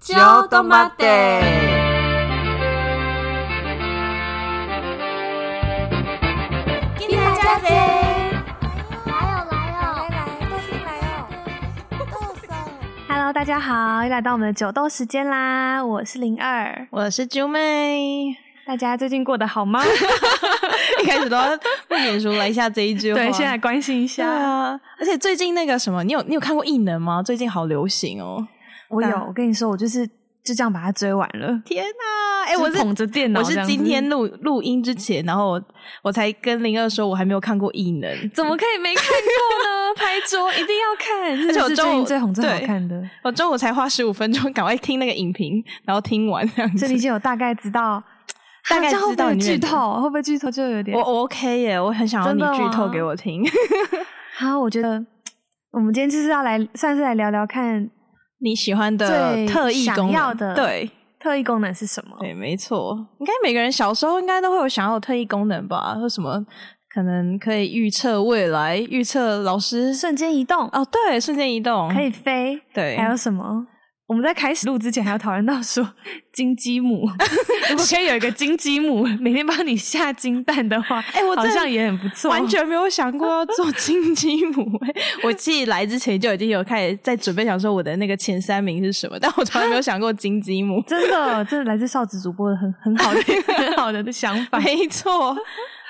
ちょっと待って。给大家噻！来哦来来哦，来，都是来哦，都是。 Hello，大家好，又来到我们的酒豆时间啦！我是灵儿，我是啾 妹，大家最近过得好 吗？一开始都要不免俗来一下这一句话。对，先来关心一对下。啊，而且最近那个什么，你有你有看过异能吗？最近好流行哦！我有，我跟你说，我就是就这样把它追完了。天哪、哎、啊就我是捧着电脑我这是样子今天录录音之前，然后我我才跟灵儿说，我还没有看过异能，怎么可以没看过 呢？拍桌一定要看，而且这我是中最午近最红最好对看的。我中午才花十五分钟，赶快听那个影评，然后听完这样所以你已子。经有大概知道，大概啊这样会不知道会有里剧面的透，会不会剧透就有点我我 OK 耶，我很想要真你的剧透吗给我听。 好，我觉得我们今天就是要来，算是来聊聊看你喜欢的最特异想功能，要的对，特异功能是什么。对，没错，应该每个人小时候应该都会有想要有特异功能吧？说什么可能可以预测未来，预测老师瞬间移动，哦，对，瞬间移动可以，飞，对，还有什么？我们在开始录之前还有讨论到 说金鸡母，如果可以有一个金鸡 母每天帮你下金蛋的话，哎我好真的像也很不错。。完全没有想过要做金鸡母、哎我记得来之前就已经有开始在准备，想说我的那个前三名是什么，但我从来没有想过金鸡母真的，这来自少子主播的很很好的 很好的想法。没错，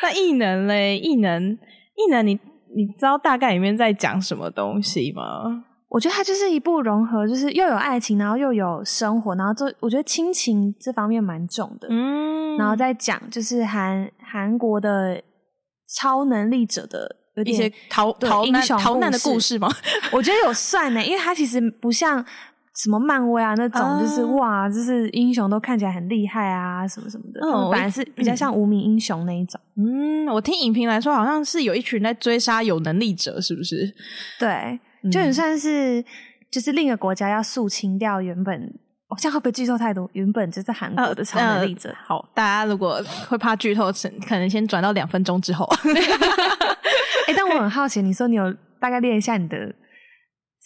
那异能嘞？异能，异能你，你知道大概里面在讲什么东西吗？我觉得它就是一部融合，就是又有爱情，然后又有生活，然后就我觉得亲情这方面蛮重的。嗯然后再讲就是韩韩国的超能力者的有一点些逃对逃英难雄逃故难的故事事吗？我觉得有算欸呢，因为它其实不像什么漫威啊那种，啊就是、哇，就是英雄都看起来很厉害啊，什么什么的，嗯他们我反而是比较像无名英雄那一种。 嗯，我听影评来说，好像是有一群在追杀有能力者，是不是？对，嗯就很算是、就是另一个国家要肃清掉原本，好像会被剧透太多，原本就是韩国的超能力者。呃好，大家如果会怕剧透，请可能先转到两分钟之后。 哎、但我很好奇，你说你有大概列一下你的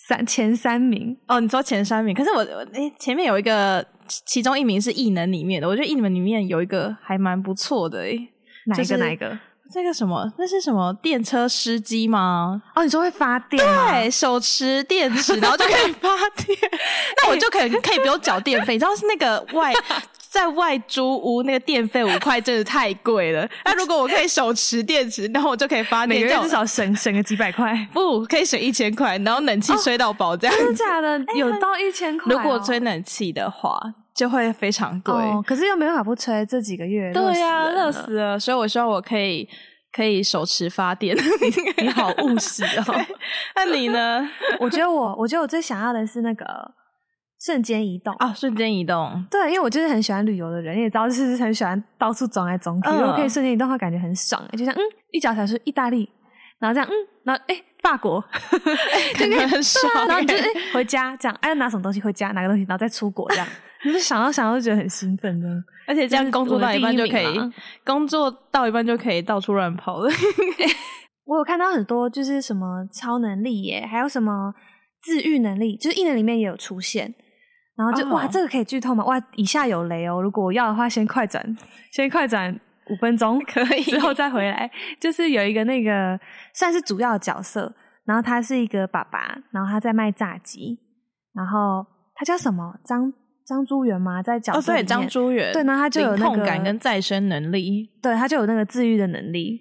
三前三名，哦，你说前三名，可是我我诶、前面有一个，其其中一名是异能里面的，我觉得异能里面有一个还蛮不错的、诶哪一个、就是哪一个？这个什么？那是什么电车司机吗？哦，你说会发电吗？对，手持电池，然后就可以发电。 那我就可以可以不用缴电费，你知道是那个 外在外租屋那个电费五块真的太贵了。那如果我可以手持电池，然后我就可以发每电，个月这样。至少省省个几百块 不可以省一千块，然后冷气吹到哦饱这样 真的子。假的？有到一千块哦、哎如果吹冷气的话，就会非常贵。哦，可是又没办法不吹，这几个月对呀、呀、热死死了！所以我希望我可以可以手持发 电。人了！你好务实 哦。那你呢？我觉得 我，我觉得我最想要的是那个瞬间移动。啊，瞬间移动。对，因为我就是很喜欢旅游的人，你也知道，就是很喜欢到处走来走去。嗯如果可以瞬间移动的话，感觉很爽。就像嗯，一脚踩出意大利，然后这样嗯，然后哎、法 国，感觉很爽对啊然后你就欸哎、回家，这样哎、要拿什么东西回家，拿个东西，然后再出国这样。 你就想到想到就觉得很兴奋，这样。而且这样工作到一半就可这是我的第一以名嘛，工作到一半就可以到处乱跑了。我有看到很多就是什么超能力耶，还有什么自愈能力，就是异能里面也有出现。然后就、哦哇，这个可以剧透吗？哇，以下有雷哦！如果我要的话，先快转，先快转五分 钟，可以之后再回来。就是有一个那个算是主要角色，然后他是一个爸爸，然后他在卖炸鸡，然后他叫什么张张珠元吗？在角 哦，色里对，面、张珠元，对，然后他就有那灵个痛感跟再生能力。对，他就有那个治愈的能力，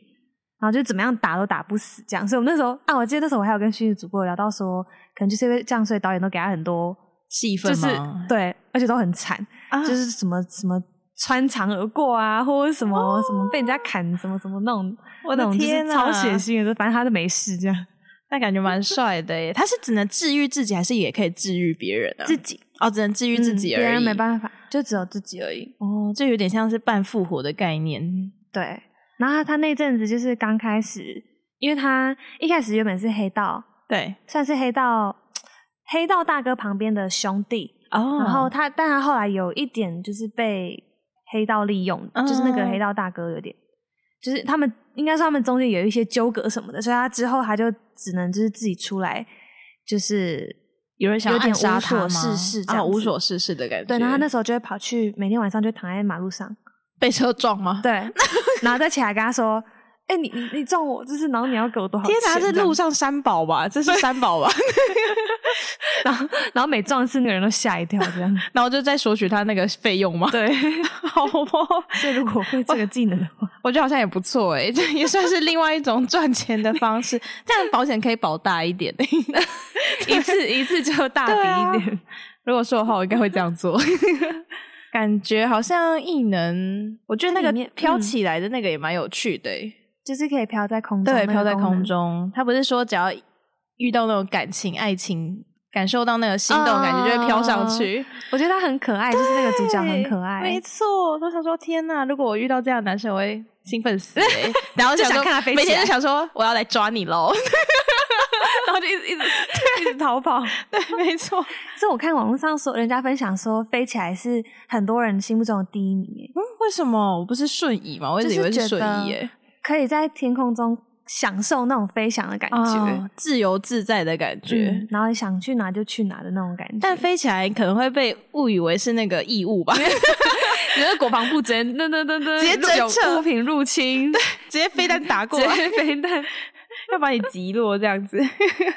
然后就怎么样打都打不死这样。所以我们那时候啊，我记得那时候我还有跟虚拟主播聊到说，可能就是因为这样，所以导演都给他很多，戏份就是吗对，而且都很惨，啊就是什么什么穿肠而过啊，或者什么、什么被人家砍，什么什么那种，哦我的那种就是天啊超血腥的，反正他都没事这样。那感觉蛮帅 的耶。他是只能治愈自己，还是也可以治愈别人啊？自己哦，只能治愈自己嗯别而已，人没办法，就只有自己而已。哦，这有点像是半复活的概念。对，然后他他那阵子就是刚开始，因为他一开始原本是黑道，对，算是黑道黑道大哥旁边的兄弟。哦然后他，但他后来有一点就是被黑道利用，嗯就是那个黑道大哥有点，就是他们应该是他们中间有一些纠葛什么的，所以他之后他就只能就是自己出来，就是有人想要有点暗杀无所他事吗事这啊，样无子所事事的感觉。对，然后他那时候就会跑去，每天晚上就躺在马路上， 被车撞吗？对， 然后再起来跟他说：“哎、你你你撞我，就是然后你要给我多少钱天？”哪，这这样路，上三宝吧，这是三宝吧？然后然后每撞一次，那个人都吓一跳，这 样。然后就再索取他那个费用吗？对， 好哦，所以如果我会这个技能的话，我觉得好像也不错哎、这也算是另外一种赚钱的方式。 这样保险可以保大一 点、一次一次就大对啊笔一点。如果是我的话，我应该会这 样做。感觉好像异能，我觉得那里个面飘嗯起来的那个也蛮有趣的、欸。就是可以飘在空中，对，那个飘在功能空。中。他不是说只要遇到那种感情、爱情，感受到那个心动啊的感觉，就会飘上去。我觉得他很可爱，就是那个主角很可爱，没错。我想说，天呐，如果我遇到这样的男生，我会兴奋 死、欸。然后就说想看他飞起每来天就想说，我要来抓 你喽。 然后就一直一 直一直逃跑。对，没错。这我看网络上说，人家分享说飞起来是很多人心目中的第一名，嗯，为什么我不是瞬移吗？我一直以为就是是觉瞬得移、欸，可以在天空中享受那种飞翔的感觉，哦自由自在的感觉。啊嗯然后想去哪就去哪的那种感觉。但飞起来可能会被误以为是那个 异物吧，觉得国防部直接噔噔噔噔，直接侦测有物品入侵， 对，直接飞弹打过直来，接飞弹。要把你击落这样子。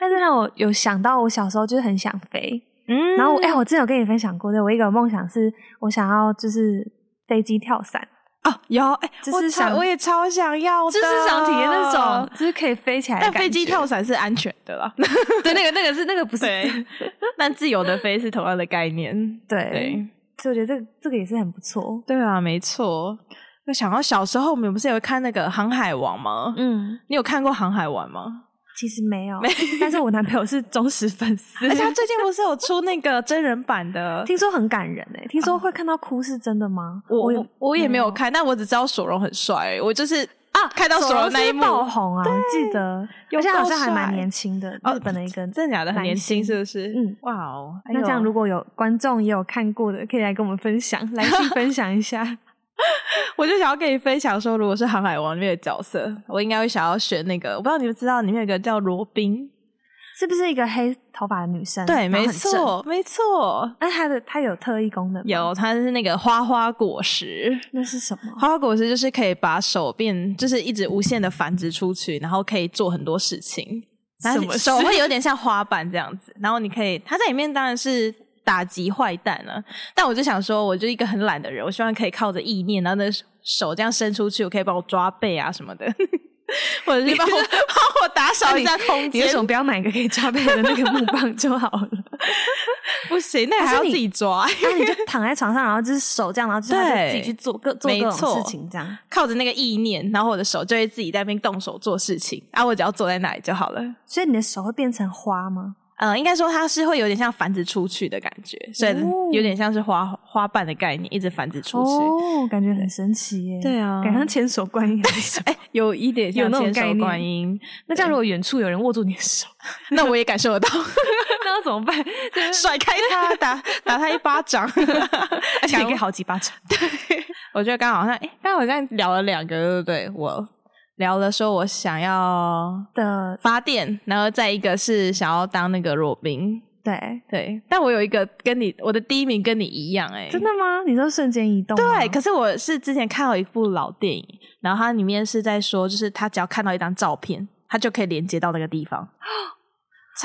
但是让我有想到，我小时候就是很想飞，嗯然后哎、我之前有跟你分享过，对我一个梦想是我想要就是飞机跳伞。哦啊，有哎，只我是超想我也超想要的，就是想体验那种，就是可以飞起来的但感觉。飞机跳伞是安全的啦， 对，那个那个是那个不是 对，但自由的飞是同样的概念。对对所以我觉得这个这个也是很不错。对啊，没错。我想到小时候我们不是有看那个《航海王》吗？嗯，你有看过《航海王》吗？其实没有，但是我男朋友是忠实粉丝， 而且他最近不是有出那个真人版的嗯 ？听说很感人哎、听说会看到哭是真的吗？哦我有我我也没有看看，但我只知道索隆很帅、我就是啊，看到索手隆那一幕，爆红啊，我记得，有而且好够像还帅蛮年轻的，哦日本的一个。真的假的？很男年星轻是不是？嗯哇哦！哎那这样呦如果有观众也有看过的，可以来跟我们分 享，来信分享一下。我就想要跟你分享说，如果是《航海王》里面的角色，我应该会想要选那个。我不知道你们知道，里面有个叫罗宾，是不是一个黑头发的女生？对，然后没很正。错，没错，那她的她有特异功能吗？有，它是那个花花果实。那是什么？花花果实就是可以把手变，就是一直无限的繁殖出去，然后可以做很多事情。但是什么事手会有点像花瓣这样子，然后你可以，它在里面当然是打击坏蛋了、但我就想说，我就一个很懒的人，我希望可以靠着意念，然后那手这样伸出去，我可以帮我抓背啊什么的， 或者是帮我帮我打扫 一下空你为间什。么不要买一个可以抓背的那个木棒就好了？不行，那个还 要还是自你己抓，那你就躺在床上，然后就是手这样，然后就是她就对自己去做各做没各错种事情，这样。靠着那个意念，然后我的手就会自己在那边动手做事情，啊，我只要坐在那里就好了。所以你的手会变成花吗？呃，应该说它是会有点像繁殖出去的感觉，所以哦有点像是花花瓣的概念，一直繁殖出去。哦，感觉很神奇耶！对啊感觉像千手观音还 是什么。 哎、有一点像有那种千概手念观音，那这样如果远处有人握住你的 手，那我也感受 得到，那要怎么办？ 甩开他，打打他一巴 掌，而且给好几巴掌。我觉得刚好像，哎、刚好像聊了两个，对不对？我聊了说我想要 的，发电，然后再一个是想要当那个弱兵，对，对。但我有一个跟你，我的第一名跟你一样、哎，真的吗？你说瞬间移动吗？对，可是我是之前看到一部老电影，然后它里面是在说，就是他只要看到一张照片，他就可以连接到那个地 方，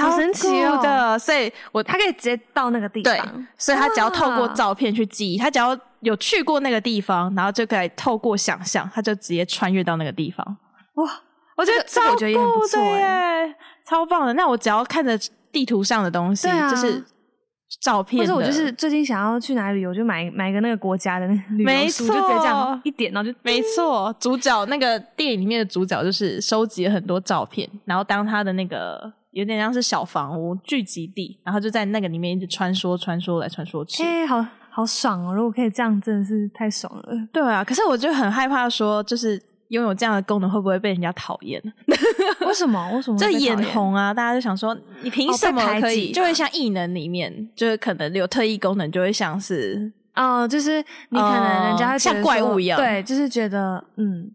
好神奇哦酷的。所以我他可以直接到那个地对方。，所以他只要透过哇照片去记忆，他只要有去过那个地方，然后就可以透过想象，他就直接穿越到那个地方。哇，我觉得这个这个超我觉得也很不酷错欸的耶，超棒的。那我只要看着地图上的东西，对啊就是照片或的，者我就是最近想要去哪里旅游，就买买一个那个国家的那个旅没游书，就直接这样错一点，然后就没错，主角那个电影里面的主角就是收集了很多照片，然后当他的那个有点像是小房屋聚集地，然后就在那个里面一直穿梭、穿梭来穿梭去。哎、好好爽哦！如果可以这样，真的是太爽 了。对啊，可是我就很害怕说，就是拥有这样的功能会不会被人家讨厌？为什么？为什么这会被讨眼厌？红啊，大家就想说你凭哦什么被排可挤以？啊吧就会像异能里面，就是可能有特异功能，就会像是哦、就是你可能人家哦会觉得像怪物一样说对，就是觉得嗯，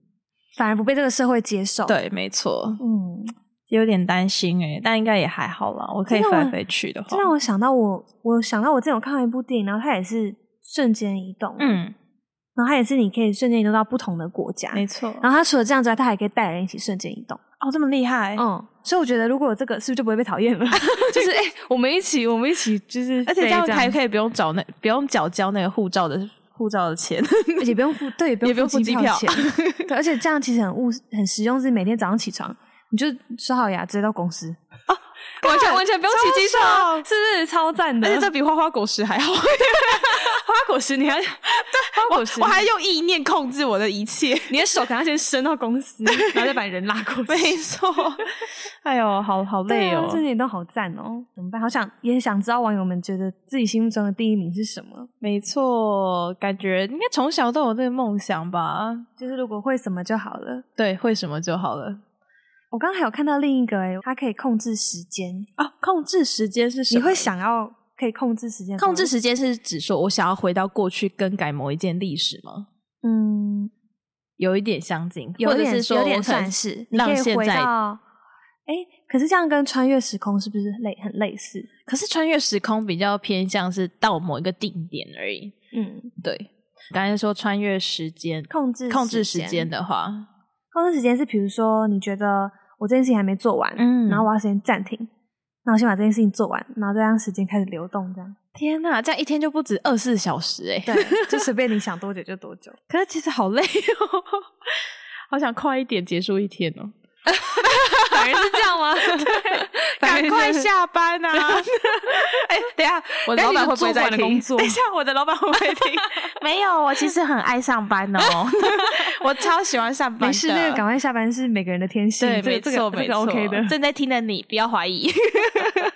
反而不被这个社会接受。，对，没错。嗯，有点担心哎、但应该也还好啦。我可以真飞的吗来飞去的话，这让我想到我，我想到我之前有看到一部电影，然后它也是瞬间移动，，嗯，然后它也是你可以瞬间移动到不同的国家，没错。然后它除了这样之外，它还可以带人一起瞬间移动，啊哦，这么厉害，嗯，所以我觉得如果有这个是不是就不会被讨厌了？ 就是哎、我们一起，我们一起就是飞，而且这样还以，可以不用找那不用缴交那个护照的护照的钱，也 不用付，对，也不也不用用付付机机票钱，对，而且这样其实很务很实用，是每天早上起床你就刷好牙直接到公司。完全完全不用骑机车啊，超是爽不是超赞的？而且这比花 花果实还好。花果实， 你还对花果实，我还用意念控制我的一 切。你的手可能要先伸到公 司，然后再把人拉过去。没错，哎呦，好好 对累啊哦，这些都好赞哦！怎么办？好想也想知道网友们觉得自己心目中的第一名是什么？没错，感觉应该从小都有这个梦想吧？就是如果会什么就好了。对，会什么就好了我刚刚还有看到另一个、欸，它可以控制时间，啊。控制时间是你会想要可以控制时间？控制？时间是指说我想要回到过去更改某一件历史吗？嗯，有一点相近，有或者点是说有我点可能算是，你可让以现回在。到。哎、可是这样跟穿越时空是不是类很类似？可是穿越时空比较偏向是到某一个定点而已。嗯，对，刚才说穿越时间控制控制时间的话，控制时间是，比如说你觉得我这件事情还没做完，嗯然后我要先暂停，然后先把这件事情做完，然后再让时间开始流动，这样天呐，这样一天就不止二十四小时哎、对， 就随便你想多久就多 久。可是其实好累哦， 好想快一点结束一天 哦。反而是这样吗？赶快下班啊！ 哎、等一 下，我的老板会不会在但是你的主管的工听？作 等一下，我的老板会不会听？ 没有，我其实很爱上班哦， 我超喜欢上班的。没事，那个赶快下班是每个人的天性，对，这没个这错，个这没个错 OK 的。 正在听的你，不要怀疑。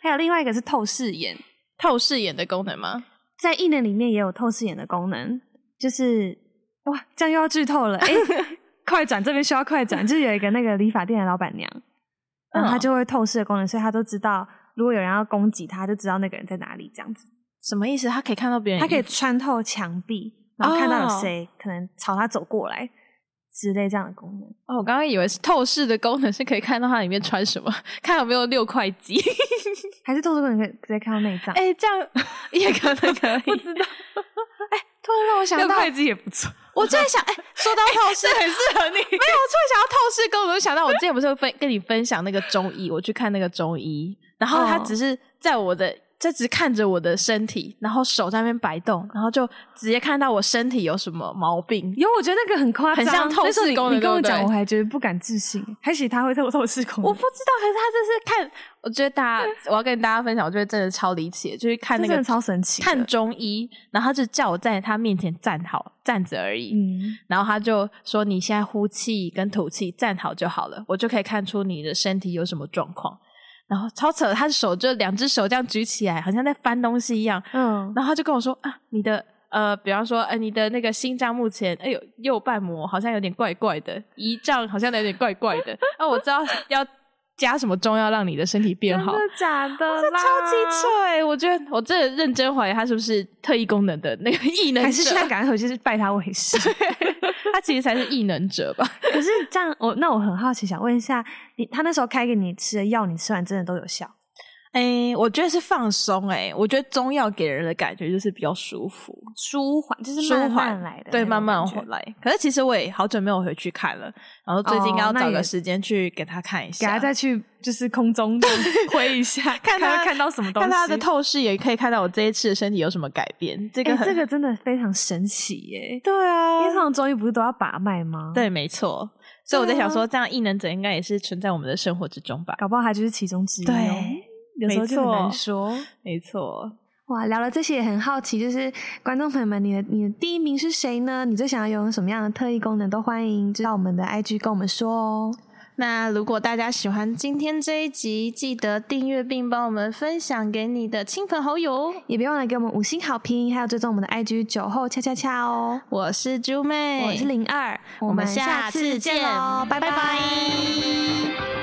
还有另外一个是透视眼，透视眼的功能吗？在异能里面也有透视眼的功能，就是哇，这样又要剧透 了，哎、快转这边需要快转，就是有一个那个理发店的老板娘，然后她嗯就会透视的功能，所以她都知道如果有人要攻击她，就知道那个人在哪里，这样子，什么意思？他可以看到别人，她可以穿透墙壁，然后看到有哦谁可能朝她走过来之类这样的功能。哦，我刚刚以为是透视的功能是可以看到它里面穿什么，看有没有六块肌。还是透视功能可以直接看到内脏？哎、这样 也可能可以。不知道。突然让我想六到，块肌也不 错，我最想，哎、说到透视，很适合你。没有，我突然想要透视功能，我就想到我之前不是有分跟你分享那个中医，我去看那个中医，然后他嗯只是在我的。就只看着我的身体，然后手在那边摆动，然后就直接看到我身体有什么毛病。有，我觉得那个很夸张，很像透视那时候你功能你跟我对不讲，对我还觉得不敢置信，还许他会透透视功能。我不知道，可是他这是看，我觉得大家，我要跟大家分享，我觉得真的超离奇的，就是看那这真个的超神奇的看中医，然后他就叫我在他面前站好，站着而已。嗯，然后他就说：“你现在呼气跟吐气站好就好了，我就可以看出你的身体有什么状况。”然后超扯的，他的手就两只手这样举起来，好像在翻东西一样。嗯然后他就跟我说：“啊，你的呃，比方说，呃，你的那个心脏目前，哎呦，右瓣膜好像有点怪怪的，胰脏好像有点怪怪的。啊，我知道要加什么中药让你的身体变好。”假的这超级扯欸！我觉得我真的认真怀疑他是不是特异功能的那个异能者，还是现在赶快回去拜他为师。 他其实才是异能者吧？可是这样，我那我很好奇，想问一下，你他那时候开给你吃的药，你吃完真的都有效？ 哎、我觉得是放松。哎，我觉得中药给人的感觉就是比较舒服，舒缓，就是舒慢慢缓来的那种感觉，对，慢慢回来。可是其实我也好久没有回去看了，然后最近哦应该要那找也个时间去给他看一给下，他再去就是空中 挥一 下，看他看到什么东西。看他的透视，也可以看到我这一次的身体有什么改变。这个哎，很、这个真的非常神奇耶！对啊因为通常中医不是都要把脉吗？，对，没错。所以我在想对说，啊这样异能者应该也是存在我们的生活之中吧？搞不好他就是其中之一哦。对有时候就很没难错说。没错，哇，聊了这些也很好奇，就是观众朋友们，你的你的第一名是谁呢？你最想要拥有什么样的特异功能？都欢迎知道我们的 IG 跟我们说哦。那如果大家喜欢今天这一集，记得订阅并帮我们分享给你的亲朋好友哦。也别忘了给我们五星好评，还有追踪我们的 IG 酒后恰恰恰哦。我是猪妹，我是零二，我们下次见喽，拜拜拜拜